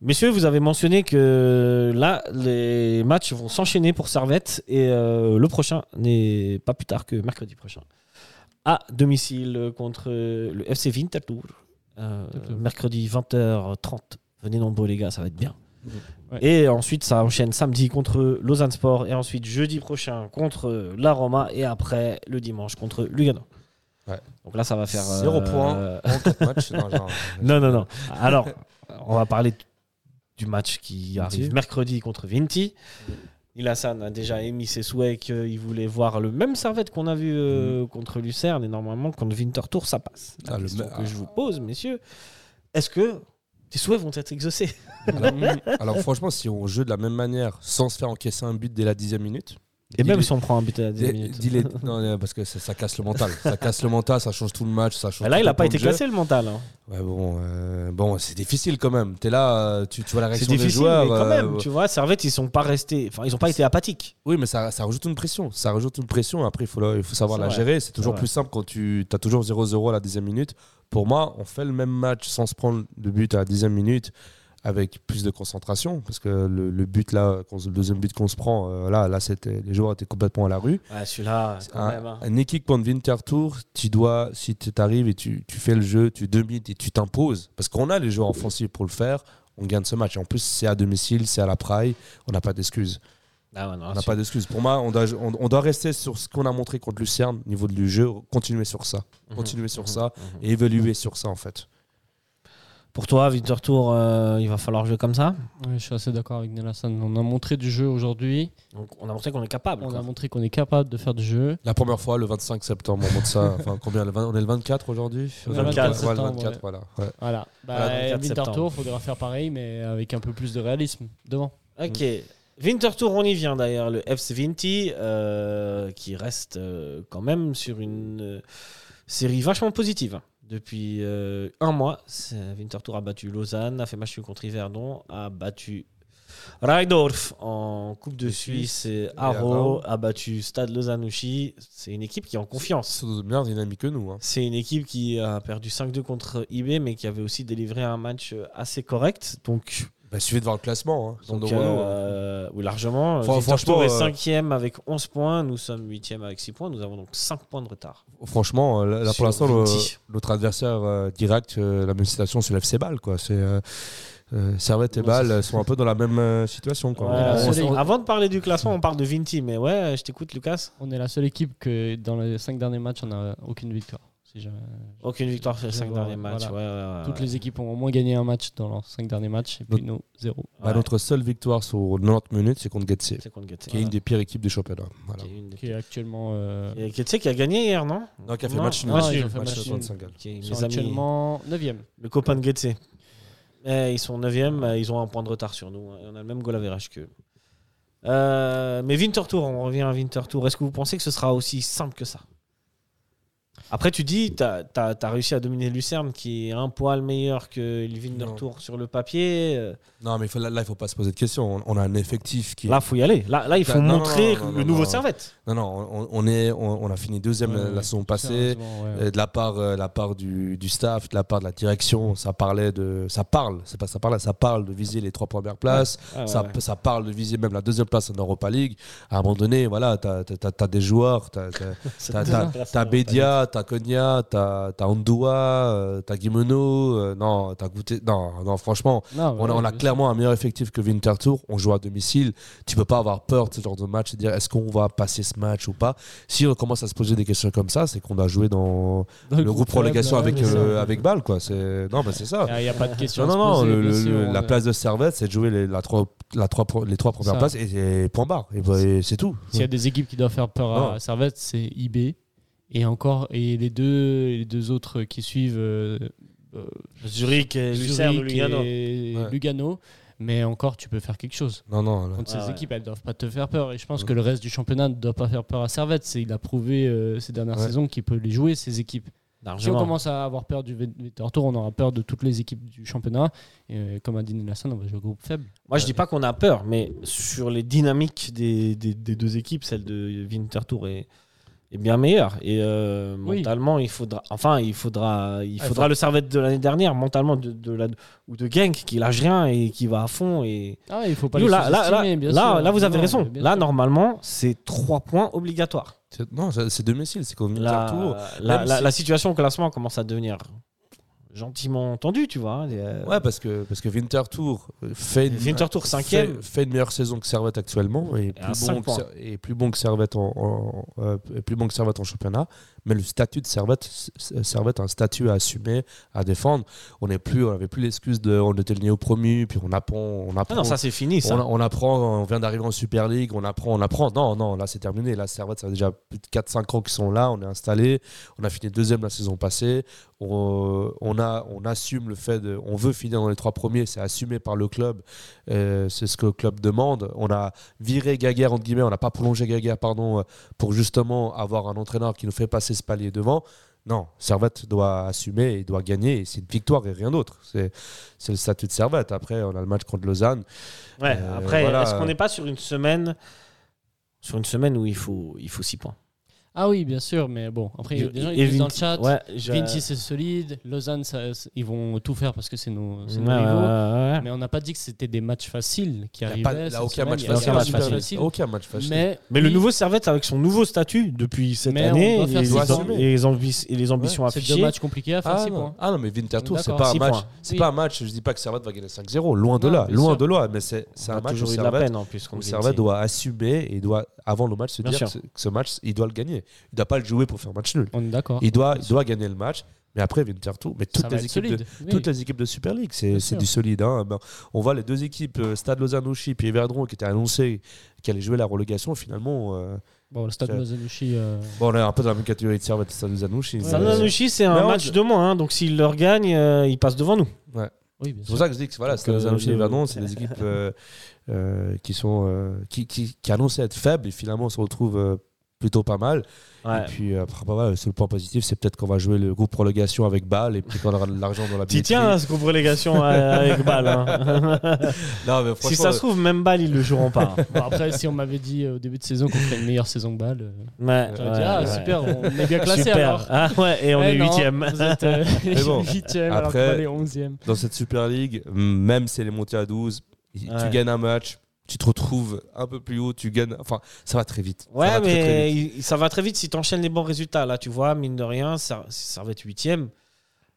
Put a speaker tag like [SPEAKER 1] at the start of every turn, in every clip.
[SPEAKER 1] Messieurs, vous avez mentionné que là, les matchs vont s'enchaîner pour Servette et euh, le prochain n'est pas plus tard que mercredi prochain. À domicile contre le FC Winterthur, euh, mercredi 20h30. Venez nombreux, les gars, ça va être bien.
[SPEAKER 2] Ouais.
[SPEAKER 1] Et ensuite, ça enchaîne samedi contre Lausanne Sport et ensuite jeudi prochain contre la Roma et après le dimanche contre Lugano.
[SPEAKER 3] Ouais.
[SPEAKER 1] Donc là, ça va faire.
[SPEAKER 3] Zéro
[SPEAKER 1] euh,
[SPEAKER 3] En quatre matchs, non, genre,
[SPEAKER 1] non, non, non. Alors, on va parler du match qui arrive mercredi contre Vinti. Ilassane a déjà émis ses souhaits qu'il voulait voir le même servette qu'on a vu euh, contre Lucerne. Et normalement, contre Winterthur, ça passe. La
[SPEAKER 3] Ah, le
[SPEAKER 1] question
[SPEAKER 3] me-
[SPEAKER 1] que je vous pose, messieurs, est-ce que tes souhaits vont être exaucés
[SPEAKER 3] Alors franchement, si on joue de la même manière, sans se faire encaisser un but dès la dixième minute,
[SPEAKER 1] Et même
[SPEAKER 3] Dis-le.
[SPEAKER 1] si on prend un but à la
[SPEAKER 3] dès-
[SPEAKER 1] dixième minute.
[SPEAKER 3] dis les- non, non, parce que ça, ça casse le mental, ça casse le mental, ça change tout le match, ça change.
[SPEAKER 1] Mais là,
[SPEAKER 3] tout
[SPEAKER 1] il n'a
[SPEAKER 3] le
[SPEAKER 1] pas
[SPEAKER 3] plan
[SPEAKER 1] été
[SPEAKER 3] de jeu.
[SPEAKER 1] classé, le mental. hein.
[SPEAKER 3] Ouais, bon, euh, bon, c'est difficile quand même. T'es là, euh, tu, tu vois la
[SPEAKER 1] C'est
[SPEAKER 3] réaction des
[SPEAKER 1] difficile,
[SPEAKER 3] joueurs.
[SPEAKER 1] mais quand
[SPEAKER 3] euh,
[SPEAKER 1] même.
[SPEAKER 3] ouais.
[SPEAKER 1] Tu vois, Servette, ils sont pas restés. Enfin, ils ont pas été apathiques.
[SPEAKER 3] Oui, mais ça, ça rajoute une pression. Ça rajoute une pression. Après, il faut, la- il faut savoir
[SPEAKER 1] C'est
[SPEAKER 3] la
[SPEAKER 1] vrai.
[SPEAKER 3] gérer. C'est toujours
[SPEAKER 1] vrai.
[SPEAKER 3] plus simple quand tu as toujours 0-0 à la dixième minute. Pour moi, on fait le même match sans se prendre de but à la dixième minute avec plus de concentration. Parce que le, le but là, qu'on se- le deuxième but qu'on se prend, euh, là, là c'était, les joueurs étaient complètement à la rue.
[SPEAKER 1] Ah, celui-là, quand même. hein.
[SPEAKER 3] Un, un équipe contre Winterthur, tu dois, si tu arrives et tu, tu fais le jeu, tu domines et tu t'imposes. Parce qu'on a les joueurs offensifs pour le faire. On gagne ce match. Et En plus, c'est à domicile, c'est à la praille. On n'a pas d'excuses.
[SPEAKER 1] Ah ouais, non,
[SPEAKER 3] On n'a
[SPEAKER 1] celui-
[SPEAKER 3] pas d'excuses. Pour moi, on doit, on, on doit rester sur ce qu'on a montré contre Lucerne au niveau du jeu, continuer sur ça,
[SPEAKER 1] Mhm,
[SPEAKER 3] continuer sur
[SPEAKER 1] mhm,
[SPEAKER 3] ça
[SPEAKER 1] mhm.
[SPEAKER 3] et évoluer sur ça en fait.
[SPEAKER 1] Pour toi, Victor Tour, euh, il va falloir jouer comme ça.
[SPEAKER 2] Ouais, je suis assez d'accord avec Nelson. On a montré du jeu aujourd'hui.
[SPEAKER 1] Donc, on a montré qu'on est capable.
[SPEAKER 2] On
[SPEAKER 1] quoi.
[SPEAKER 2] a montré qu'on est capable de faire du jeu.
[SPEAKER 3] La première fois, le 25 septembre, on montre ça. Enfin, combien le 20 On est le 24 aujourd'hui
[SPEAKER 1] 24
[SPEAKER 2] Le
[SPEAKER 3] Ouais, le 24,
[SPEAKER 2] septembre,
[SPEAKER 3] voilà. Ouais.
[SPEAKER 2] Voilà.
[SPEAKER 1] Voilà,
[SPEAKER 2] Bah,
[SPEAKER 1] donc,
[SPEAKER 2] et
[SPEAKER 1] 4 septembre.
[SPEAKER 2] Winterthur, il faudra faire pareil, mais avec un peu plus de réalisme devant.
[SPEAKER 1] Ok. Winterthur, on y vient d'ailleurs. Le FC Vinti, euh, qui reste euh, quand même sur une euh, série vachement positive. hein. Depuis euh, un mois, c'est- Winterthur a battu Lausanne, a fait match nul contre Yverdon, a battu Raidorf en Coupe de
[SPEAKER 3] Les
[SPEAKER 1] Suisse, et
[SPEAKER 3] à
[SPEAKER 1] Aro
[SPEAKER 3] Arau.
[SPEAKER 1] a battu Stade Lausanne-Ouchy. C'est une équipe qui est en confiance.
[SPEAKER 3] C'est une meilleure dynamique que nous. hein.
[SPEAKER 1] C'est une équipe qui a perdu 5-2 contre IB, mais qui avait aussi délivré un match euh, assez correct. Donc,
[SPEAKER 3] Bah, suivez de voir le classement. hein.
[SPEAKER 1] donc,
[SPEAKER 3] Sandro Rono, hein.
[SPEAKER 1] euh, oui, largement.
[SPEAKER 3] Fran-
[SPEAKER 1] Victor
[SPEAKER 3] franchement,
[SPEAKER 1] Tour est
[SPEAKER 3] euh,
[SPEAKER 1] 5e avec 11 points. Nous sommes 8e avec 6 points. Nous avons donc 5 points de retard.
[SPEAKER 3] Franchement, euh, là, là,
[SPEAKER 1] Sur
[SPEAKER 3] pour l'instant, le-
[SPEAKER 1] Vinti.
[SPEAKER 3] notre adversaire euh, direct, euh, la même situation, c'est le FC Ball. Quoi. C'est, euh, euh, Servette et
[SPEAKER 1] Non, c'est-
[SPEAKER 3] Ball euh, sont un peu dans la même euh, situation. Quoi.
[SPEAKER 1] Ouais,
[SPEAKER 2] la
[SPEAKER 3] On-
[SPEAKER 2] seule-
[SPEAKER 1] on- Avant de parler du classement, on parle de Vinti. Mais ouais, je t'écoute, Lucas.
[SPEAKER 2] On est la seule équipe que dans les cinq derniers matchs, on n'a aucune victoire. Si jamais-
[SPEAKER 1] Aucune victoire sur les
[SPEAKER 2] Je
[SPEAKER 1] 5
[SPEAKER 2] vois,
[SPEAKER 1] derniers matchs.
[SPEAKER 2] voilà.
[SPEAKER 1] ouais,
[SPEAKER 3] Ah
[SPEAKER 1] ouais, ouais,
[SPEAKER 2] Toutes
[SPEAKER 1] ouais.
[SPEAKER 2] les équipes ont au moins gagné un match dans leurs cinq derniers matchs, et puis nous, zéro.
[SPEAKER 3] bah,
[SPEAKER 1] Ouais,
[SPEAKER 3] Notre seule victoire sur 90 minutes, c'est contre Getse,
[SPEAKER 1] C'est contre Getse.
[SPEAKER 3] qui est une des pires équipes du championnat. Voilà.
[SPEAKER 1] Qui est une des-
[SPEAKER 2] Qui est actuellement. euh,
[SPEAKER 1] Et Getse qui a gagné hier, non
[SPEAKER 3] Non, qui a fait
[SPEAKER 1] Non,
[SPEAKER 3] match nul.
[SPEAKER 2] non,
[SPEAKER 3] Match
[SPEAKER 2] ils
[SPEAKER 3] nul,
[SPEAKER 2] ont fait
[SPEAKER 3] match
[SPEAKER 2] match
[SPEAKER 3] nul
[SPEAKER 2] nul.
[SPEAKER 3] contre Saint-Gall.
[SPEAKER 1] Qui est-
[SPEAKER 2] Ils
[SPEAKER 1] mes
[SPEAKER 2] sont
[SPEAKER 1] amis-
[SPEAKER 2] actuellement 9e.
[SPEAKER 1] Le copain de Getse. Eh, ils sont 9e, euh, ils ont un point de retard sur nous. hein, et On a le même goal average que. mais Winterthur, on revient à Winterthur. Est-ce que vous pensez que ce sera aussi simple que ça Après, tu dis, tu as, réussi à dominer Lucerne, qui est un poil meilleur que le Winterthur sur le papier. Euh,
[SPEAKER 3] Non, mais il faut- là, là, il ne faut pas se poser de questions. On, on a un effectif qui. est-
[SPEAKER 1] Là, faut y aller. Là, là il faut
[SPEAKER 3] Non, non,
[SPEAKER 1] montrer
[SPEAKER 3] non, non,
[SPEAKER 1] le
[SPEAKER 3] non,
[SPEAKER 1] nouveau
[SPEAKER 3] non.
[SPEAKER 1] Servette.
[SPEAKER 3] Non, non, on, on est, on, on a fini deuxième
[SPEAKER 2] Ouais,
[SPEAKER 3] la, la
[SPEAKER 2] ouais.
[SPEAKER 3] saison passée.
[SPEAKER 2] Sérieusement, ouais.
[SPEAKER 3] Euh, De la part, euh, la part du, du staff, de la part de la direction, ça parlait de, ça parle, c'est pas ça parle, ça parle de viser les trois premières places,
[SPEAKER 1] Ah, ouais,
[SPEAKER 3] ça,
[SPEAKER 1] ouais.
[SPEAKER 3] ça parle de viser même la deuxième place en Europa League. À un moment donné, voilà, t'as as, des joueurs, t'as t'as-
[SPEAKER 1] Ça
[SPEAKER 3] t'as-
[SPEAKER 1] te
[SPEAKER 3] t'as-
[SPEAKER 1] déplace,
[SPEAKER 3] t'as
[SPEAKER 1] non,
[SPEAKER 3] Bedia, t'as Konya, t'as t'as Andoua, euh, t'as Guimeno, euh, non, t'as goûté, non, non, franchement,
[SPEAKER 2] Non,
[SPEAKER 3] on a,
[SPEAKER 2] ouais,
[SPEAKER 3] on a
[SPEAKER 2] mais-
[SPEAKER 3] clairement un meilleur effectif que Winterthur. On joue à domicile. Tu peux pas avoir peur de ce genre de match et dire est-ce qu'on va passer ce match ou pas. Si on commence à se poser des questions comme ça, c'est qu'on a joué dans
[SPEAKER 2] dans
[SPEAKER 3] le groupe prolongation
[SPEAKER 2] faible,
[SPEAKER 3] avec,
[SPEAKER 2] ouais,
[SPEAKER 3] euh,
[SPEAKER 2] mais ça-
[SPEAKER 3] avec Bâle. Quoi. C'est... Non, mais c'est ça.
[SPEAKER 2] Ah, Il n'y a pas de question.
[SPEAKER 3] Non,
[SPEAKER 2] à se
[SPEAKER 3] non, non.
[SPEAKER 2] poser,
[SPEAKER 3] le-
[SPEAKER 2] bien
[SPEAKER 3] le-
[SPEAKER 2] sûr, on
[SPEAKER 3] la
[SPEAKER 2] est-
[SPEAKER 3] place de Servette, c'est de jouer les, la trois, la trois pro- les trois premières
[SPEAKER 2] Ça.
[SPEAKER 3] places et, et point barre. Et, bah, et c'est tout.
[SPEAKER 2] S'il y a des équipes qui doivent faire peur
[SPEAKER 3] Non.
[SPEAKER 2] à Servette, c'est IB. Et encore, et les deux, les deux autres qui suivent euh, euh,
[SPEAKER 1] Zurich et Lucerne,
[SPEAKER 2] Zurich
[SPEAKER 1] Lugano.
[SPEAKER 2] et
[SPEAKER 3] Ouais.
[SPEAKER 2] Lugano. Mais encore, tu peux faire quelque chose.
[SPEAKER 3] Non, non. là.
[SPEAKER 2] Contre
[SPEAKER 1] Ouais,
[SPEAKER 2] ces
[SPEAKER 1] ouais.
[SPEAKER 2] équipes, elles ne doivent pas te faire peur. Et je pense que le reste du championnat ne doit pas faire peur à Servette. C'est- Il a prouvé euh, ces dernières
[SPEAKER 3] Ouais.
[SPEAKER 2] saisons qu'il peut les jouer, ces équipes. Si on
[SPEAKER 1] Largement.
[SPEAKER 2] commence à avoir peur du Tour, on aura peur de toutes les équipes du championnat. Et, euh, comme a dit Nelson, on va jouer au groupe faible.
[SPEAKER 1] Moi, je dis pas qu'on a peur, mais sur les dynamiques des, des- des deux équipes, celle de Winterthur et, est bien meilleur. Et euh,
[SPEAKER 2] Oui.
[SPEAKER 1] mentalement, il faudra, enfin, il faudra, il
[SPEAKER 3] Ah, il
[SPEAKER 1] faudra
[SPEAKER 3] faut-
[SPEAKER 1] le servette de l'année dernière, mentalement de, de la ou de Genk qui lâche rien et qui va à fond et
[SPEAKER 2] Ah, il faut pas
[SPEAKER 1] Nous,
[SPEAKER 2] les
[SPEAKER 1] là, là, là,
[SPEAKER 2] sous-estimer, bien
[SPEAKER 1] là,
[SPEAKER 2] sûr.
[SPEAKER 1] là, vous avez
[SPEAKER 2] Non,
[SPEAKER 1] raison.
[SPEAKER 2] bien
[SPEAKER 1] Là,
[SPEAKER 2] sûr.
[SPEAKER 1] normalement, c'est trois points obligatoires.
[SPEAKER 3] C'est- Non, c'est c'est domicile, c'est comme
[SPEAKER 1] La,
[SPEAKER 3] Tour.
[SPEAKER 1] la-
[SPEAKER 3] même
[SPEAKER 1] la-
[SPEAKER 3] si-
[SPEAKER 1] la situation au classement commence à devenir gentiment tendue, tu vois. hein, et, euh,
[SPEAKER 3] Ouais, parce que, parce que Winter Tour fait une,
[SPEAKER 1] Winter Tour cinquième.
[SPEAKER 3] fait, fait une meilleure saison que Servette actuellement et
[SPEAKER 1] à
[SPEAKER 3] plus,
[SPEAKER 1] cinq
[SPEAKER 3] bon que,
[SPEAKER 1] points.
[SPEAKER 3] Ser- et plus bon que Servette en, en- euh, plus bon que Servette en championnat. Mais le statut de Servette, S- Servette a un statut à assumer, à défendre. On n'est plus, on n'avait plus l'excuse de, on était le néo promu, puis on apprend, on
[SPEAKER 1] Ah
[SPEAKER 3] apprend.
[SPEAKER 1] non, ça c'est fini. Ça.
[SPEAKER 3] on, on apprend, on vient d'arriver en Super League, on apprend, on apprend. Non, non, là c'est terminé. Là, Servette, ça fait déjà plus de 4-5 ans qu'ils sont là, on est installé, on a fini deuxième la saison passée. On, on a, on assume le fait de. On veut finir dans les trois premiers, c'est assumé par le club. Euh, c'est ce que le club demande. On a viré Gaguerre, entre guillemets, on n'a pas prolongé Gaguerre, pardon, euh, pour justement avoir un entraîneur qui nous fait passer ce palier devant. Non, Servette doit assumer et doit gagner. et C'est une victoire et rien d'autre. C'est c'est le statut de Servette. Après, on a le match contre Lausanne.
[SPEAKER 1] Ouais,
[SPEAKER 3] Euh,
[SPEAKER 1] après,
[SPEAKER 3] voilà.
[SPEAKER 1] est-ce qu'on n'est pas sur une semaine sur une semaine où il faut il faut 6 points
[SPEAKER 2] Ah oui, bien sûr, mais bon. Après, il y a des gens
[SPEAKER 1] Et
[SPEAKER 2] ils disent dans le
[SPEAKER 1] Vinti-
[SPEAKER 2] chat.
[SPEAKER 1] ouais, je-
[SPEAKER 2] Vinci, c'est solide. Lausanne, ça- c- ils vont tout faire parce que c'est nos, c'est
[SPEAKER 1] Ouais,
[SPEAKER 2] nos
[SPEAKER 1] ouais,
[SPEAKER 2] rivaux.
[SPEAKER 1] ouais, ouais.
[SPEAKER 2] Mais on n'a pas dit que c'était des matchs faciles qui
[SPEAKER 3] Il n'y
[SPEAKER 2] arrivaient.
[SPEAKER 3] a pas- là,
[SPEAKER 2] cette
[SPEAKER 3] aucun
[SPEAKER 2] semaine,
[SPEAKER 3] match
[SPEAKER 2] il y a
[SPEAKER 1] facile.
[SPEAKER 2] aucun match
[SPEAKER 1] Aucun match
[SPEAKER 2] facile.
[SPEAKER 3] Aucun match facile.
[SPEAKER 2] Mais,
[SPEAKER 1] Mais le
[SPEAKER 2] oui,
[SPEAKER 1] nouveau Servette, avec son nouveau statut depuis cette
[SPEAKER 2] Mais on
[SPEAKER 1] année,
[SPEAKER 2] doit
[SPEAKER 1] et
[SPEAKER 2] faire
[SPEAKER 1] les,
[SPEAKER 3] six
[SPEAKER 1] am- et
[SPEAKER 3] points.
[SPEAKER 1] les ambi- et les ambitions
[SPEAKER 2] c'est deux
[SPEAKER 1] affichées,
[SPEAKER 2] matchs compliqués à faire
[SPEAKER 3] Ah
[SPEAKER 2] six
[SPEAKER 3] non.
[SPEAKER 2] points.
[SPEAKER 3] ah non, mais Winterthur, c'est
[SPEAKER 2] D'accord.
[SPEAKER 3] pas un
[SPEAKER 1] Six
[SPEAKER 3] match.
[SPEAKER 1] points.
[SPEAKER 3] C'est
[SPEAKER 2] Oui.
[SPEAKER 3] pas un match. Je dis pas que Servette va gagner 5-0. Loin de
[SPEAKER 2] Non,
[SPEAKER 3] là,
[SPEAKER 2] bien
[SPEAKER 3] loin
[SPEAKER 2] sûr.
[SPEAKER 3] de là. Mais c'est c'est
[SPEAKER 1] on
[SPEAKER 3] un
[SPEAKER 1] a
[SPEAKER 3] match où
[SPEAKER 1] toujours hein, eu de la
[SPEAKER 3] Servette,
[SPEAKER 1] peine en plus.
[SPEAKER 3] où
[SPEAKER 1] contre
[SPEAKER 3] Servette
[SPEAKER 1] Vinci.
[SPEAKER 3] doit assumer et doit avant le match se
[SPEAKER 1] Bien
[SPEAKER 3] dire
[SPEAKER 1] sûr.
[SPEAKER 3] que ce- que ce match, il doit le gagner. Il doit pas le jouer pour faire match nul.
[SPEAKER 2] On est d'accord.
[SPEAKER 3] Il doit, il doit gagner le match. Mais après Winterthur, mais
[SPEAKER 2] Ça
[SPEAKER 3] toutes
[SPEAKER 2] va
[SPEAKER 3] les
[SPEAKER 2] être
[SPEAKER 3] équipes de,
[SPEAKER 2] solide. Oui.
[SPEAKER 3] toutes les équipes de Super League, c'est
[SPEAKER 2] Bien
[SPEAKER 3] c'est
[SPEAKER 2] sûr.
[SPEAKER 3] du solide. hein. Ben, on voit les deux équipes, euh, Stade Lausanne-Ouchy et Verdron, qui étaient annoncées qui allaient jouer la relégation. Finalement, euh,
[SPEAKER 2] Bon, le stade
[SPEAKER 3] Ça-
[SPEAKER 2] Lozanouchi. euh,
[SPEAKER 3] bon, on est un peu dans la même catégorie de Servette, Stade Lausanne-Ouchy.
[SPEAKER 2] Ouais.
[SPEAKER 3] mais-
[SPEAKER 1] Saint-Denis Anouchi, c'est un
[SPEAKER 3] Non,
[SPEAKER 1] match
[SPEAKER 3] je-
[SPEAKER 1] de moins, hein, donc s'il le regagne, euh, il passe devant nous.
[SPEAKER 2] Oui, bien
[SPEAKER 3] C'est pour
[SPEAKER 2] sûr.
[SPEAKER 3] ça que je dis que voilà,
[SPEAKER 1] Donc,
[SPEAKER 3] Stade
[SPEAKER 1] euh,
[SPEAKER 3] Lausanne et
[SPEAKER 1] le-
[SPEAKER 3] Verdon, c'est des équipes euh, euh, qui sont euh, qui, qui, qui annonçaient être faibles et finalement on se retrouve euh, plutôt pas mal.
[SPEAKER 1] Ouais.
[SPEAKER 3] Et puis euh, après, bah, voilà, le seul point positif, c'est peut-être qu'on va jouer le groupe prolongation avec balle et puis qu'on aura de l'argent dans la
[SPEAKER 1] T'y
[SPEAKER 3] billetterie.
[SPEAKER 1] tiens à ce groupe relégation euh, avec Bâle. hein.
[SPEAKER 3] Non, mais
[SPEAKER 1] si
[SPEAKER 3] franchement,
[SPEAKER 1] ça se trouve, même Bâle, ils le joueront pas. hein.
[SPEAKER 2] Bon, après, si on m'avait dit euh, au début de saison qu'on ferait une meilleure saison que balle, euh,
[SPEAKER 1] Ouais,
[SPEAKER 2] j'aurais
[SPEAKER 1] ouais,
[SPEAKER 2] dit Ah,
[SPEAKER 1] ouais.
[SPEAKER 2] super, on est bien classé
[SPEAKER 1] Super.
[SPEAKER 2] alors.
[SPEAKER 1] Ah ouais, et on
[SPEAKER 2] Eh
[SPEAKER 1] est
[SPEAKER 2] non,
[SPEAKER 1] huitième.
[SPEAKER 2] Vous êtes euh,
[SPEAKER 3] Mais bon,
[SPEAKER 2] huitième, alors
[SPEAKER 3] après-
[SPEAKER 2] qu'on est onzième.
[SPEAKER 3] euh, dans cette Super League, même si elle est montée à 12, tu
[SPEAKER 1] Ouais.
[SPEAKER 3] gagnes un match, tu te retrouves un peu plus haut, tu gagnes. Enfin, ça va très vite. Ça
[SPEAKER 1] Ouais,
[SPEAKER 3] va très,
[SPEAKER 1] mais
[SPEAKER 3] très vite.
[SPEAKER 1] il- ça va très vite si tu enchaînes les bons résultats. Là, tu vois, mine de rien, ça, ça va être huitième.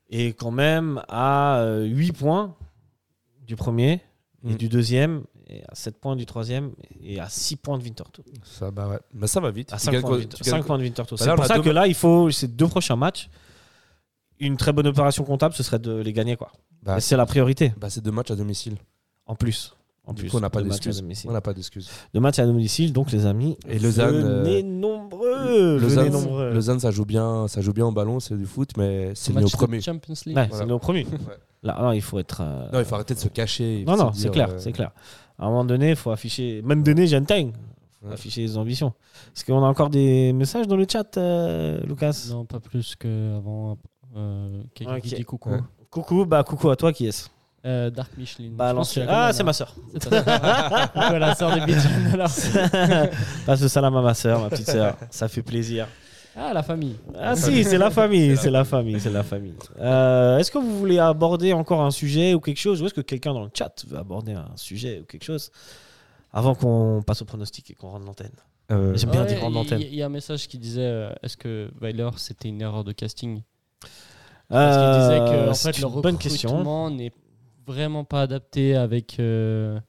[SPEAKER 1] Et quand même à 8 points du premier et
[SPEAKER 3] Mm.
[SPEAKER 1] du deuxième, et à 7 points du troisième, et à 6 points de Winterthur.
[SPEAKER 3] Ça, bah ouais. Mais ça va vite.
[SPEAKER 1] À
[SPEAKER 3] Tu
[SPEAKER 1] 5
[SPEAKER 3] gagnes
[SPEAKER 1] points, de
[SPEAKER 3] quoi-
[SPEAKER 1] Winter-
[SPEAKER 3] tu gagnes
[SPEAKER 1] Ah, cinq points de Winterthur.
[SPEAKER 3] Bah
[SPEAKER 1] C'est
[SPEAKER 3] là, on
[SPEAKER 1] pour
[SPEAKER 3] a
[SPEAKER 1] ça
[SPEAKER 3] deux
[SPEAKER 1] que
[SPEAKER 3] ma-
[SPEAKER 1] là, il faut ces deux prochains matchs. Une très bonne opération comptable, ce serait de les gagner. quoi.
[SPEAKER 3] Bah,
[SPEAKER 1] Et c'est la priorité,
[SPEAKER 3] bah, c'est deux matchs à domicile.
[SPEAKER 1] en plus. En
[SPEAKER 3] Du
[SPEAKER 1] plus,
[SPEAKER 3] coup, on n'a pas
[SPEAKER 1] de matchs à
[SPEAKER 3] d'excuses.
[SPEAKER 1] domicile.
[SPEAKER 3] On n'a pas d'excuses.
[SPEAKER 1] De matchs à domicile, donc les amis.
[SPEAKER 3] Et Lausanne,
[SPEAKER 1] Venez
[SPEAKER 3] euh,
[SPEAKER 1] nombreux. Venez
[SPEAKER 3] Lausanne,
[SPEAKER 1] nombreux.
[SPEAKER 3] Lausanne, ça joue bien, ça joue bien au ballon, c'est du foot, mais c'est
[SPEAKER 2] Match
[SPEAKER 3] le
[SPEAKER 2] de
[SPEAKER 3] premier.
[SPEAKER 2] Champions League.
[SPEAKER 1] Ouais,
[SPEAKER 3] Voilà.
[SPEAKER 1] c'est nos premiers. Là, non, il faut être. euh,
[SPEAKER 3] Non, il faut arrêter de se euh, cacher.
[SPEAKER 1] non, non, c'est clair, c'est clair. À un moment donné, il faut afficher. Même donné, j'entends. Faut
[SPEAKER 3] Ouais.
[SPEAKER 1] afficher les ambitions. Est-ce qu'on a encore des messages dans le chat, euh, Lucas
[SPEAKER 2] Non, pas plus qu'avant. Euh, quelqu'un qui
[SPEAKER 1] Ok.
[SPEAKER 2] dit coucou.
[SPEAKER 3] Ouais.
[SPEAKER 1] Coucou, bah coucou à toi qui est-ce
[SPEAKER 2] Euh, Dark Micheline.
[SPEAKER 1] Bah,
[SPEAKER 2] Je pense que tu
[SPEAKER 1] l'ancien-
[SPEAKER 2] la connais,
[SPEAKER 1] Ah, c'est
[SPEAKER 2] non
[SPEAKER 1] ma soeur.
[SPEAKER 2] C'est ta sœur. Coucou à la sœur de Bidjan, alors.
[SPEAKER 1] Passe le salam à ma soeur, ma petite soeur. Ça fait plaisir.
[SPEAKER 2] Ah, la famille.
[SPEAKER 1] Ah si, c'est la famille, c'est la famille, c'est la famille. Euh, est-ce que vous voulez aborder encore un sujet ou quelque chose Ou est-ce que quelqu'un dans le chat veut aborder un sujet ou quelque chose avant qu'on passe au pronostic et qu'on rende l'antenne
[SPEAKER 3] euh,
[SPEAKER 1] J'aime bien
[SPEAKER 2] Ouais,
[SPEAKER 1] dire en
[SPEAKER 2] il-
[SPEAKER 1] antenne.
[SPEAKER 2] Il y, a un message qui disait euh, est-ce que Weiler c'était une erreur de casting Parce qu'il disait que
[SPEAKER 1] Euh,
[SPEAKER 2] en
[SPEAKER 1] C'est
[SPEAKER 2] fait, le
[SPEAKER 1] une bonne question.
[SPEAKER 2] recrutement n'est vraiment pas adapté avec euh,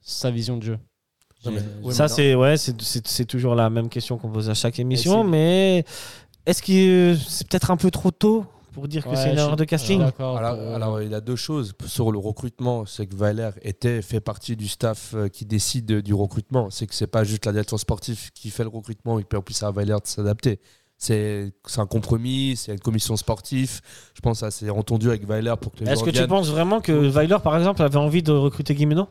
[SPEAKER 2] sa vision de jeu.
[SPEAKER 3] Non, mais-
[SPEAKER 2] J'ai-
[SPEAKER 3] Ouais,
[SPEAKER 1] Ça,
[SPEAKER 3] mais
[SPEAKER 1] c'est ouais, c'est- c'est c'est toujours la même question qu'on pose à chaque émission,
[SPEAKER 2] c'est-
[SPEAKER 1] mais est-ce que euh, c'est peut-être un peu trop tôt pour dire que
[SPEAKER 2] Ouais,
[SPEAKER 1] c'est une
[SPEAKER 2] je-
[SPEAKER 1] erreur de casting
[SPEAKER 2] D'accord.
[SPEAKER 3] Alors,
[SPEAKER 1] Euh,
[SPEAKER 2] pour- euh,
[SPEAKER 3] alors, il y a deux choses sur le recrutement. C'est que Valère était, fait partie du staff euh, qui décide euh, du recrutement. C'est que c'est pas juste la direction sportive qui fait le recrutement et qui permet à Valère de s'adapter. C'est c'est un compromis, c'est une commission sportive. Je pense que ça s'est entendu avec Valère pour que les
[SPEAKER 1] Est-ce
[SPEAKER 3] gens
[SPEAKER 1] que tu
[SPEAKER 3] viennent.
[SPEAKER 1] penses vraiment que Weiler, par exemple, avait envie de recruter Guimeno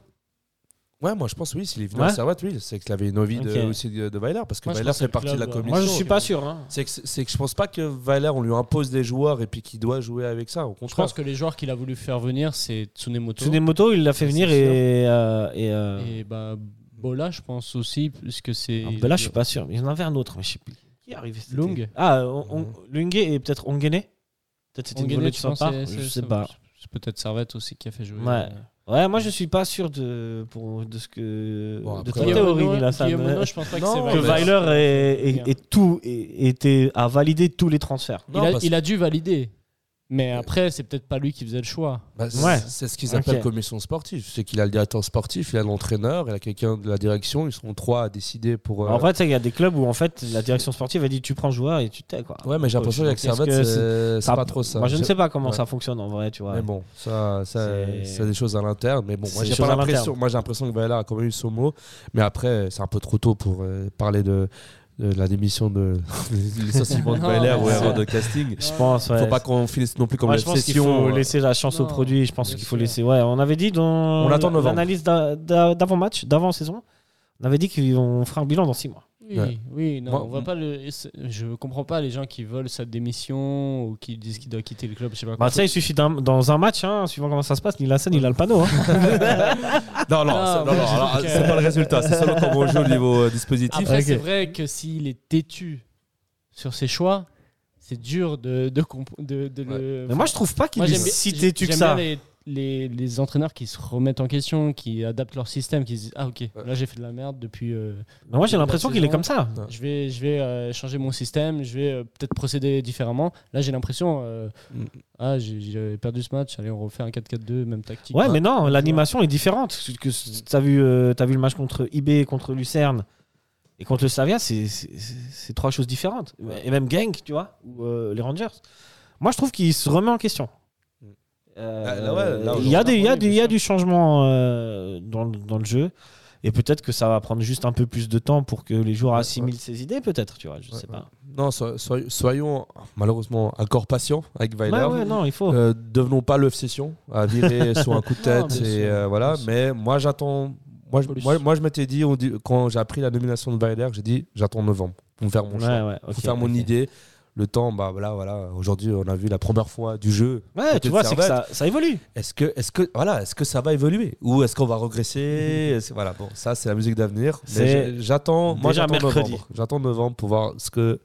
[SPEAKER 3] Ouais, moi je pense oui, s'il est venu
[SPEAKER 1] Ouais.
[SPEAKER 3] à Servette, oui, c'est qu'il avait une envie de-
[SPEAKER 1] Ok.
[SPEAKER 3] aussi de, de Weiler, parce que
[SPEAKER 2] Moi, je
[SPEAKER 3] Weiler
[SPEAKER 2] pense que
[SPEAKER 3] fait
[SPEAKER 2] le
[SPEAKER 3] partie de la
[SPEAKER 2] club, euh,
[SPEAKER 3] commission.
[SPEAKER 1] Moi, je suis pas sûr. hein.
[SPEAKER 3] C'est que, c'est que je pense pas que Weiler, on lui impose des joueurs et puis qu'il doit jouer avec ça. Au
[SPEAKER 2] Je
[SPEAKER 3] euh, contraire,
[SPEAKER 2] pense que les joueurs qu'il a voulu faire venir, c'est Tsunemoto.
[SPEAKER 1] Tsunemoto, il l'a fait
[SPEAKER 2] C'est
[SPEAKER 1] venir
[SPEAKER 2] sûr.
[SPEAKER 1] et. euh, et, euh,
[SPEAKER 2] Et bah, Bola, je pense aussi, puisque c'est.
[SPEAKER 1] ah, ben là, je suis pas sûr. Il y en avait un autre, mais je sais plus. qui est arrivé cet
[SPEAKER 2] Lung.
[SPEAKER 1] été Ah, on, on- Lung et peut-être Ongene Peut-être c'était une
[SPEAKER 2] Ongene,
[SPEAKER 1] volée de
[SPEAKER 2] tu
[SPEAKER 1] sa
[SPEAKER 2] penses,
[SPEAKER 1] part
[SPEAKER 2] c'est-
[SPEAKER 1] Je
[SPEAKER 2] c'est-
[SPEAKER 1] sais
[SPEAKER 2] ça-
[SPEAKER 1] pas.
[SPEAKER 2] C'est peut-être Servette aussi qui a fait jouer. euh,
[SPEAKER 1] Ouais. Ouais, moi je suis pas sûr de, pour, de ce que.
[SPEAKER 3] Bon,
[SPEAKER 1] de
[SPEAKER 3] après-
[SPEAKER 1] ta
[SPEAKER 3] Guillaume
[SPEAKER 1] théorie, là, Sam.
[SPEAKER 2] Guillaume Lenoir, je pense pas que
[SPEAKER 3] Non,
[SPEAKER 2] c'est
[SPEAKER 1] que
[SPEAKER 3] mais-
[SPEAKER 2] vrai.
[SPEAKER 1] Weiler euh, est-
[SPEAKER 2] Bien.
[SPEAKER 1] est- est tout, est- était, a validé tous les transferts.
[SPEAKER 2] Il, a, il a dû valider. Mais après, c'est peut-être pas lui qui faisait le choix.
[SPEAKER 3] Bah, c'est-
[SPEAKER 1] Ouais.
[SPEAKER 3] C'est ce qu'ils
[SPEAKER 1] Ok.
[SPEAKER 3] appellent commission sportive. C'est qu'il a le directeur sportif, il a l'entraîneur, il a quelqu'un de la direction. Ils seront trois à décider pour. euh,
[SPEAKER 1] En fait, il y a des clubs où en fait la direction sportive a dit tu prends le joueur et tu t'es quoi.
[SPEAKER 3] ouais, mais j'ai l'impression qu'avec
[SPEAKER 1] Est-ce que
[SPEAKER 3] Servette, c'est- c'est
[SPEAKER 1] ça-
[SPEAKER 3] pas trop ça.
[SPEAKER 1] Moi, je ne sais pas comment
[SPEAKER 3] ouais.
[SPEAKER 1] ça fonctionne en vrai, tu vois.
[SPEAKER 3] Mais bon, ça, ça
[SPEAKER 1] C'est-
[SPEAKER 3] c'est des choses à l'interne. Mais bon,
[SPEAKER 1] C'est
[SPEAKER 3] moi,
[SPEAKER 1] des
[SPEAKER 3] j'ai
[SPEAKER 1] choses
[SPEAKER 3] pas
[SPEAKER 1] à
[SPEAKER 3] l'impression.
[SPEAKER 1] l'interne.
[SPEAKER 3] Moi, j'ai l'impression que Valère a quand même eu son mot. Mais après, c'est un peu trop tôt pour euh, parler de, de la démission de licenciement de
[SPEAKER 2] Non,
[SPEAKER 3] Valère
[SPEAKER 2] mais
[SPEAKER 3] ou
[SPEAKER 2] c'est-
[SPEAKER 3] erreur de casting.
[SPEAKER 1] Je pense.
[SPEAKER 3] Faut
[SPEAKER 1] ouais.
[SPEAKER 3] pas qu'on finisse non plus comme
[SPEAKER 1] Moi,
[SPEAKER 3] une
[SPEAKER 1] je pense qu'il
[SPEAKER 3] obsession.
[SPEAKER 1] faut
[SPEAKER 3] euh,
[SPEAKER 1] laisser la chance au
[SPEAKER 2] Non,
[SPEAKER 1] produit. Je pense
[SPEAKER 2] bien
[SPEAKER 1] qu'il faut
[SPEAKER 2] sûr.
[SPEAKER 1] laisser. Ouais, on avait dit dans
[SPEAKER 3] On attend novembre.
[SPEAKER 1] l'analyse d'a- d'a- d'avant-match, d'avant-saison, on avait dit qu'on ferait un bilan dans six mois.
[SPEAKER 2] Oui,
[SPEAKER 3] Ouais.
[SPEAKER 2] oui, non,
[SPEAKER 3] Moi-
[SPEAKER 2] on voit pas le. c'est- Je comprends pas les gens qui veulent sa démission ou qui disent qu'il doit quitter le club. Je sais pas.
[SPEAKER 1] Bah, ça, il suffit d'un- dans un match, hein, suivant comment ça se passe, ni la scène, il a le panneau. hein.
[SPEAKER 3] Non, non,
[SPEAKER 2] Ah,
[SPEAKER 3] c'est- non,
[SPEAKER 2] ouais,
[SPEAKER 3] non,
[SPEAKER 2] j'ai
[SPEAKER 3] alors,
[SPEAKER 2] dit que-
[SPEAKER 3] c'est pas le résultat. C'est seulement comment on joue au niveau euh, dispositif.
[SPEAKER 2] Après,
[SPEAKER 1] Ok.
[SPEAKER 2] c'est vrai que s'il est têtu sur ses choix, c'est dur de, de, comp- de, de le.
[SPEAKER 1] Mais moi, je trouve pas qu'il
[SPEAKER 2] Moi,
[SPEAKER 1] est
[SPEAKER 2] j'aime bien-
[SPEAKER 1] si têtu que
[SPEAKER 2] j'aime
[SPEAKER 1] ça.
[SPEAKER 2] bien les, les, les entraîneurs qui se remettent en question, qui adaptent leur système, qui se disent Ah, ok, là j'ai fait de la merde depuis. euh,
[SPEAKER 1] Mais moi, j'ai
[SPEAKER 2] la
[SPEAKER 1] l'impression qu'il est
[SPEAKER 2] saison.
[SPEAKER 1] comme ça.
[SPEAKER 3] Ouais.
[SPEAKER 2] je vais, je vais euh, changer mon système, je vais euh, peut-être procéder différemment. Là, j'ai l'impression euh,
[SPEAKER 3] Mm.
[SPEAKER 2] Ah, j'ai- j'ai perdu ce match, allez, on refait un 4-4-2, même tactique.
[SPEAKER 1] Ouais, mais non, l'animation est différente. Parce que c- T'as vu, euh, t'as vu le match contre IB, contre Lucerne et contre le Slavia, c'est- c'est c'est- c'est trois choses différentes. Et même Genk, tu vois, ou euh, les Rangers. Moi, je trouve qu'il se remet en question. Euh,
[SPEAKER 3] Ah, là, ouais, là,
[SPEAKER 1] il y a,
[SPEAKER 2] aujourd'hui,
[SPEAKER 1] des, il y a,
[SPEAKER 2] oui,
[SPEAKER 1] du- il
[SPEAKER 2] bien
[SPEAKER 1] y a
[SPEAKER 2] sûr.
[SPEAKER 1] du changement euh, dans, le- dans le jeu. Et peut-être que ça va prendre juste un peu plus de temps pour que les joueurs assimilent ces idées, peut-être, tu vois, je
[SPEAKER 3] Ouais,
[SPEAKER 1] sais pas.
[SPEAKER 3] Non, so- soy- soyons malheureusement encore patients avec Weiler.
[SPEAKER 1] Ouais, ouais, non, il faut.
[SPEAKER 3] Euh, devenons pas l'obsession à virer sur un coup de
[SPEAKER 2] Non, bien
[SPEAKER 3] tête
[SPEAKER 2] sûr,
[SPEAKER 3] et euh, voilà.
[SPEAKER 2] bien sûr.
[SPEAKER 3] Mais moi j'attends. Moi, je-
[SPEAKER 2] Plus.
[SPEAKER 3] moi, moi, je m'étais dit, on dit- quand j'ai appris la nomination de Weiler, j'ai dit j'attends novembre pour faire mon
[SPEAKER 1] Ouais,
[SPEAKER 3] choix,
[SPEAKER 1] ouais,
[SPEAKER 3] pour
[SPEAKER 1] ok,
[SPEAKER 3] faire mon
[SPEAKER 1] ok.
[SPEAKER 3] idée. Le temps, bah voilà, voilà. Aujourd'hui, on a vu la première fois du jeu.
[SPEAKER 1] Ouais,
[SPEAKER 3] Côté
[SPEAKER 1] tu vois,
[SPEAKER 3] de
[SPEAKER 1] c'est que
[SPEAKER 3] Servette.
[SPEAKER 1] ça, ça évolue.
[SPEAKER 3] Est-ce que, est-ce que, voilà, est-ce que ça va évoluer ou est-ce qu'on va régresser Est-ce- Voilà, bon, ça c'est la musique d'avenir. Mais
[SPEAKER 1] C'est
[SPEAKER 3] j'ai- j'attends, moi
[SPEAKER 1] déjà
[SPEAKER 3] j'attends
[SPEAKER 1] mercredi.
[SPEAKER 3] novembre. J'attends novembre pour voir ce que,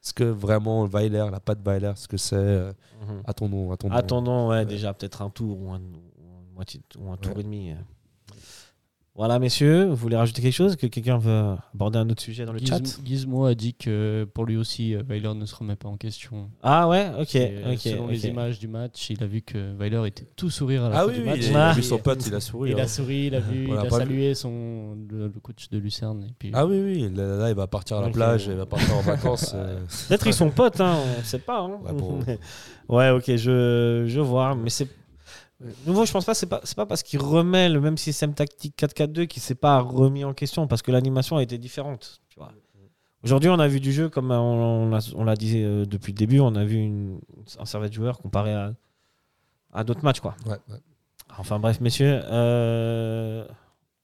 [SPEAKER 3] ce que vraiment Weiler, la patte Weiler, ce que c'est. euh, Attendons, attendons.
[SPEAKER 1] Mm-hmm. Attendons ouais, déjà peut-être un tour ou un, ou une moitié, ou un tour
[SPEAKER 3] Ouais.
[SPEAKER 1] et demi. Voilà, messieurs, vous voulez rajouter quelque chose Que quelqu'un veut aborder un autre sujet dans le
[SPEAKER 2] Gizmo,
[SPEAKER 1] chat
[SPEAKER 2] Gizmo a dit que pour lui aussi, euh, Weiler ne se remet pas en question.
[SPEAKER 1] Ah ouais, ok.
[SPEAKER 2] Et, euh,
[SPEAKER 1] ok,
[SPEAKER 2] selon
[SPEAKER 1] ok.
[SPEAKER 2] les images du match, il a vu que Weiler était tout sourire à
[SPEAKER 3] Ah
[SPEAKER 2] la fin
[SPEAKER 3] oui,
[SPEAKER 2] du
[SPEAKER 3] oui,
[SPEAKER 2] match.
[SPEAKER 3] j'ai
[SPEAKER 1] Ah.
[SPEAKER 3] vu son pote, il a souri.
[SPEAKER 2] il
[SPEAKER 3] hein.
[SPEAKER 2] a souri, il a vu,
[SPEAKER 3] On
[SPEAKER 2] il
[SPEAKER 3] l'a
[SPEAKER 2] a
[SPEAKER 3] pas
[SPEAKER 2] salué son, le, le coach de Lucerne. Et puis,
[SPEAKER 3] Ah oui, oui, là, là, il va partir à la
[SPEAKER 1] Ok.
[SPEAKER 3] plage, il va partir en vacances. euh.
[SPEAKER 1] Peut-être ils sont potes, hein, on ne sait pas. hein.
[SPEAKER 3] Ouais, bon.
[SPEAKER 1] Ouais, ok, je, je vois, mais c'est. De nouveau, je pense pas, c'est pas, c'est pas parce qu'il remet le même système tactique 4-4-2 qu'il s'est pas remis en question, parce que l'animation a été différente. tu vois. Aujourd'hui, on a vu du jeu, comme on, on l'a- on l'a dit euh, depuis le début, on a vu une- un service joueur comparé à, à d'autres matchs. quoi.
[SPEAKER 3] Ouais, ouais.
[SPEAKER 1] Enfin bref, messieurs, euh,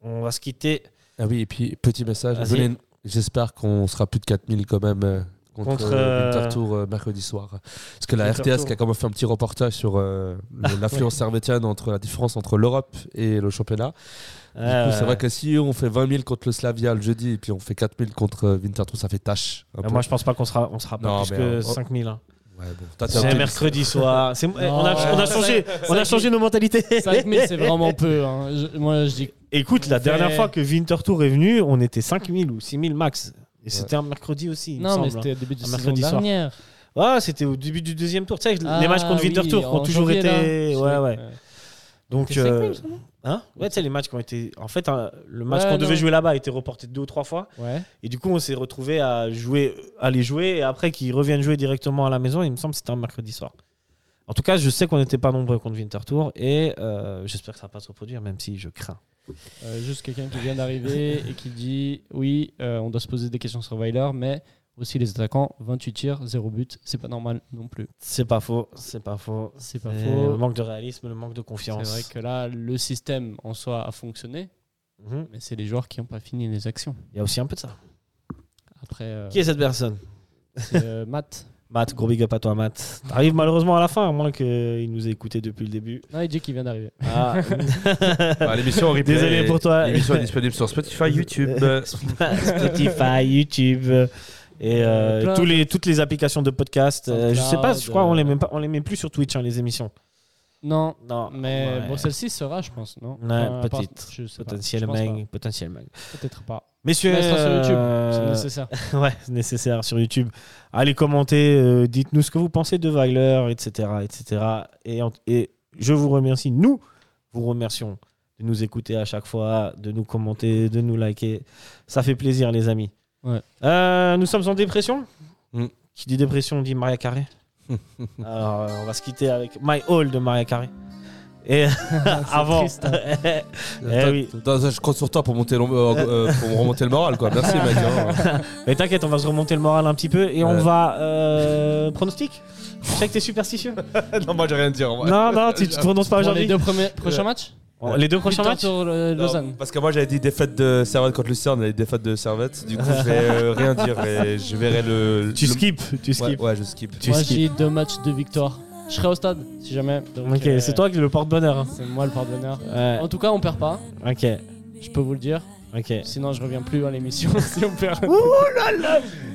[SPEAKER 1] on va se quitter
[SPEAKER 3] Ah oui, et puis petit message.
[SPEAKER 1] Vas-y.
[SPEAKER 3] venez- J'espère qu'on sera plus de 4000 quand même euh, contre,
[SPEAKER 1] Contre,
[SPEAKER 3] euh,
[SPEAKER 1] euh,
[SPEAKER 3] Winterthur euh, mercredi soir. Parce que la
[SPEAKER 1] Winterthur.
[SPEAKER 3] RTS qui a quand même fait un petit reportage sur euh, le- l'affluence servétienne entre la différence entre l'Europe et le championnat. Du
[SPEAKER 1] Ah,
[SPEAKER 3] coup, c'est vrai que si on fait 20 000 contre le Slavia le jeudi et puis on fait 4000 contre euh, Winterthur, ça fait tâche. un
[SPEAKER 1] Euh,
[SPEAKER 3] peu.
[SPEAKER 1] moi, je pense pas qu'on sera, on sera pas
[SPEAKER 3] Non,
[SPEAKER 1] plus
[SPEAKER 3] mais,
[SPEAKER 1] que
[SPEAKER 3] euh, oh.
[SPEAKER 1] 5000. hein.
[SPEAKER 3] Ouais, bon. Toi, t'es
[SPEAKER 1] C'est
[SPEAKER 3] optimiste.
[SPEAKER 1] mercredi soir. C'est- eh, on, a, on a changé, on a changé nos mentalités.
[SPEAKER 2] 5000, c'est vraiment peu. hein. Je- moi, je dis
[SPEAKER 1] Écoute, la
[SPEAKER 2] Fait-
[SPEAKER 1] dernière fois que Winterthur est venu, on était 5000 ou 6000 max. Et c'était un mercredi aussi. il me
[SPEAKER 2] Non,
[SPEAKER 1] semble.
[SPEAKER 2] mais
[SPEAKER 1] hein.
[SPEAKER 2] c'était au début de
[SPEAKER 1] Un
[SPEAKER 2] la saison
[SPEAKER 1] mercredi soir.
[SPEAKER 2] dernière.
[SPEAKER 1] Ouais, c'était au début du deuxième tour. Tu sais, les
[SPEAKER 2] Ah,
[SPEAKER 1] matchs contre
[SPEAKER 2] oui,
[SPEAKER 1] Winterthur
[SPEAKER 2] en
[SPEAKER 1] ont toujours
[SPEAKER 2] janvier, là.
[SPEAKER 1] été. Ouais, ouais. Donc.
[SPEAKER 2] C'était cinq
[SPEAKER 1] euh,
[SPEAKER 2] mille, sûrement.
[SPEAKER 1] Hein ouais, tu sais, les matchs qui ont été. En fait, hein, le match
[SPEAKER 2] Ouais,
[SPEAKER 1] qu'on devait
[SPEAKER 2] non.
[SPEAKER 1] jouer là-bas a été reporté deux ou trois fois.
[SPEAKER 2] Ouais.
[SPEAKER 1] Et du coup, on s'est retrouvé à jouer, à les jouer, et après qu'ils reviennent jouer directement à la maison. Il me semble que c'était un mercredi soir. En tout cas, je sais qu'on n'était pas nombreux contre Winterthur, et euh, j'espère que ça va pas se reproduire, même si je crains.
[SPEAKER 2] Euh, juste quelqu'un qui vient d'arriver et qui dit oui, euh, on doit se poser des questions sur Weiler, mais aussi les attaquants, 28 tirs, 0 but, c'est pas normal non plus.
[SPEAKER 1] C'est pas faux, c'est pas faux.
[SPEAKER 2] C'est pas
[SPEAKER 1] Et Le
[SPEAKER 2] faux.
[SPEAKER 1] manque de réalisme, le manque de
[SPEAKER 2] C'est
[SPEAKER 1] confiance.
[SPEAKER 2] vrai que là, le système en soi a fonctionné,
[SPEAKER 1] Mhm.
[SPEAKER 2] mais c'est les joueurs qui n'ont pas fini les actions.
[SPEAKER 1] Il y a aussi un peu de ça.
[SPEAKER 2] Après, euh,
[SPEAKER 1] Qui est cette personne
[SPEAKER 2] c'est, euh, Matt.
[SPEAKER 1] Matt, gros big up à toi, Matt. T'arrives malheureusement à la fin, à moins qu'il nous ait écouté depuis le début.
[SPEAKER 2] Non, il dit qu'il vient d'arriver.
[SPEAKER 1] Ah.
[SPEAKER 3] Bah, l'émission en replay
[SPEAKER 1] Désolé
[SPEAKER 3] est-
[SPEAKER 1] pour toi. Euh,
[SPEAKER 3] Euh, L'émission est disponible sur Spotify, YouTube.
[SPEAKER 1] Spotify, YouTube, Et euh,
[SPEAKER 2] Plein
[SPEAKER 1] tous
[SPEAKER 2] de-
[SPEAKER 1] les, toutes les applications de podcast. euh, je sais pas, je
[SPEAKER 2] SoundCloud,
[SPEAKER 1] crois qu'on les
[SPEAKER 2] euh,
[SPEAKER 1] met pas, on les met plus sur Twitch hein, les émissions.
[SPEAKER 2] Non,
[SPEAKER 1] Non,
[SPEAKER 2] mais
[SPEAKER 1] ouais.
[SPEAKER 2] bon, celle-ci sera, je pense, non
[SPEAKER 1] Ouais,
[SPEAKER 2] à part-
[SPEAKER 1] petite.
[SPEAKER 2] je sais pas.
[SPEAKER 1] potentiellement,
[SPEAKER 2] Je pense
[SPEAKER 1] potentiellement.
[SPEAKER 2] pas. Peut-être pas.
[SPEAKER 1] Messieurs,
[SPEAKER 2] Mais elle sera sur YouTube, C'est
[SPEAKER 1] euh,
[SPEAKER 2] nécessaire.
[SPEAKER 1] ouais, c'est nécessaire sur YouTube. Allez commenter, euh, dites-nous ce que vous pensez de Weiler, etc., etc. Et, en- et je vous remercie, nous vous remercions de nous écouter à chaque fois, de nous commenter, de nous liker. Ça fait plaisir, les amis.
[SPEAKER 2] Ouais.
[SPEAKER 1] Euh, nous sommes en dépression.
[SPEAKER 3] Mm.
[SPEAKER 1] Qui dit dépression dit Maria Carré. Alors, euh, on va se quitter avec My All de Maria Carré. Et avant,
[SPEAKER 2] triste, hein.
[SPEAKER 1] Eh
[SPEAKER 3] T'as-
[SPEAKER 1] oui.
[SPEAKER 3] t'as- Je compte sur toi pour, monter le- euh, euh, pour me remonter le moral, quoi. Merci, mec. hein.
[SPEAKER 1] Mais t'inquiète, on va se remonter le moral un petit peu et on
[SPEAKER 3] Ouais.
[SPEAKER 1] va. euh, pronostic Je sais que t'es superstitieux.
[SPEAKER 3] non, moi, j'ai rien à dire. en vrai.
[SPEAKER 1] Non, non, tu tu te prononces pas
[SPEAKER 2] Pour les
[SPEAKER 1] aujourd'hui.
[SPEAKER 2] deux premiers, prochains matchs
[SPEAKER 1] Oh, Les deux prochains
[SPEAKER 2] Victoire
[SPEAKER 1] matchs
[SPEAKER 2] sur le-
[SPEAKER 3] Non,
[SPEAKER 2] Lausanne.
[SPEAKER 3] Parce que moi, j'avais dit défaite de Servette contre Lucerne et défaite de Servette. Du coup, je vais euh, rien dire et je verrai le.
[SPEAKER 1] Tu
[SPEAKER 3] le-
[SPEAKER 1] skips, tu
[SPEAKER 3] Ouais,
[SPEAKER 1] skips.
[SPEAKER 3] ouais, je skip.
[SPEAKER 1] Tu
[SPEAKER 2] Moi,
[SPEAKER 1] skips.
[SPEAKER 2] j'ai deux matchs de victoire. Je serai au stade, si jamais. Donc,
[SPEAKER 1] Ok,
[SPEAKER 2] euh,
[SPEAKER 1] c'est toi qui es le porte-bonheur. hein.
[SPEAKER 2] C'est moi le porte-bonheur.
[SPEAKER 1] Ouais,
[SPEAKER 2] En tout cas, on perd pas.
[SPEAKER 1] ok,
[SPEAKER 2] Je peux vous le dire.
[SPEAKER 1] ok.
[SPEAKER 2] Sinon, je reviens plus à l'émission si on perd.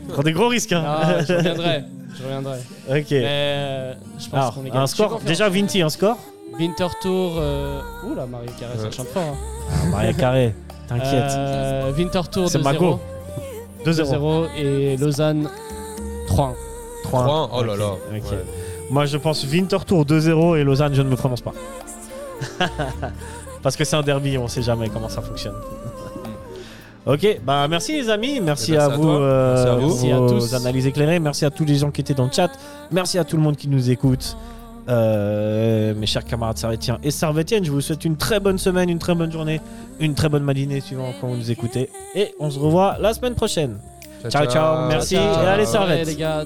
[SPEAKER 1] Prends des gros risques. hein.
[SPEAKER 2] Ah, je reviendrai. Je reviendrai.
[SPEAKER 1] ok.
[SPEAKER 2] Mais euh, je pense
[SPEAKER 1] Alors,
[SPEAKER 2] qu'on est
[SPEAKER 1] un score. Déjà, Vinti, un score
[SPEAKER 2] Winter Tour. Euh... Ouh là, Marie Carré, ça
[SPEAKER 3] Ouais.
[SPEAKER 2] chante fort. hein.
[SPEAKER 1] Maria Carré, t'inquiète.
[SPEAKER 2] Euh, Winter Tour
[SPEAKER 1] C'est
[SPEAKER 2] 2-0.
[SPEAKER 1] Mago. 2-0.
[SPEAKER 2] 2-0 et Lausanne 3-1.
[SPEAKER 1] 3
[SPEAKER 3] Oh là là.
[SPEAKER 1] Ok.
[SPEAKER 3] Ouais.
[SPEAKER 1] Moi, je pense Winterthur 2-0 et Lausanne, je ne me prononce pas. Parce que c'est un derby, on sait jamais comment ça fonctionne. Ok, bah merci les amis, merci,
[SPEAKER 3] Eh ben,
[SPEAKER 1] à,
[SPEAKER 3] c'est à
[SPEAKER 1] vous, euh,
[SPEAKER 3] toi. Merci à vous.
[SPEAKER 2] Merci à
[SPEAKER 1] vos
[SPEAKER 2] tous.
[SPEAKER 1] analyses éclairées, merci à tous les gens qui étaient dans le chat, merci à tout le monde qui nous écoute. Euh, mes chers camarades servétiens et servétiennes, je vous souhaite une très bonne semaine, une très bonne journée, une très bonne matinée suivant quand vous nous écoutez. Et on se revoit la semaine prochaine. Ciao, ciao, merci.
[SPEAKER 2] Ciao.
[SPEAKER 1] Et allez, Servette.
[SPEAKER 2] Ouais, les gars.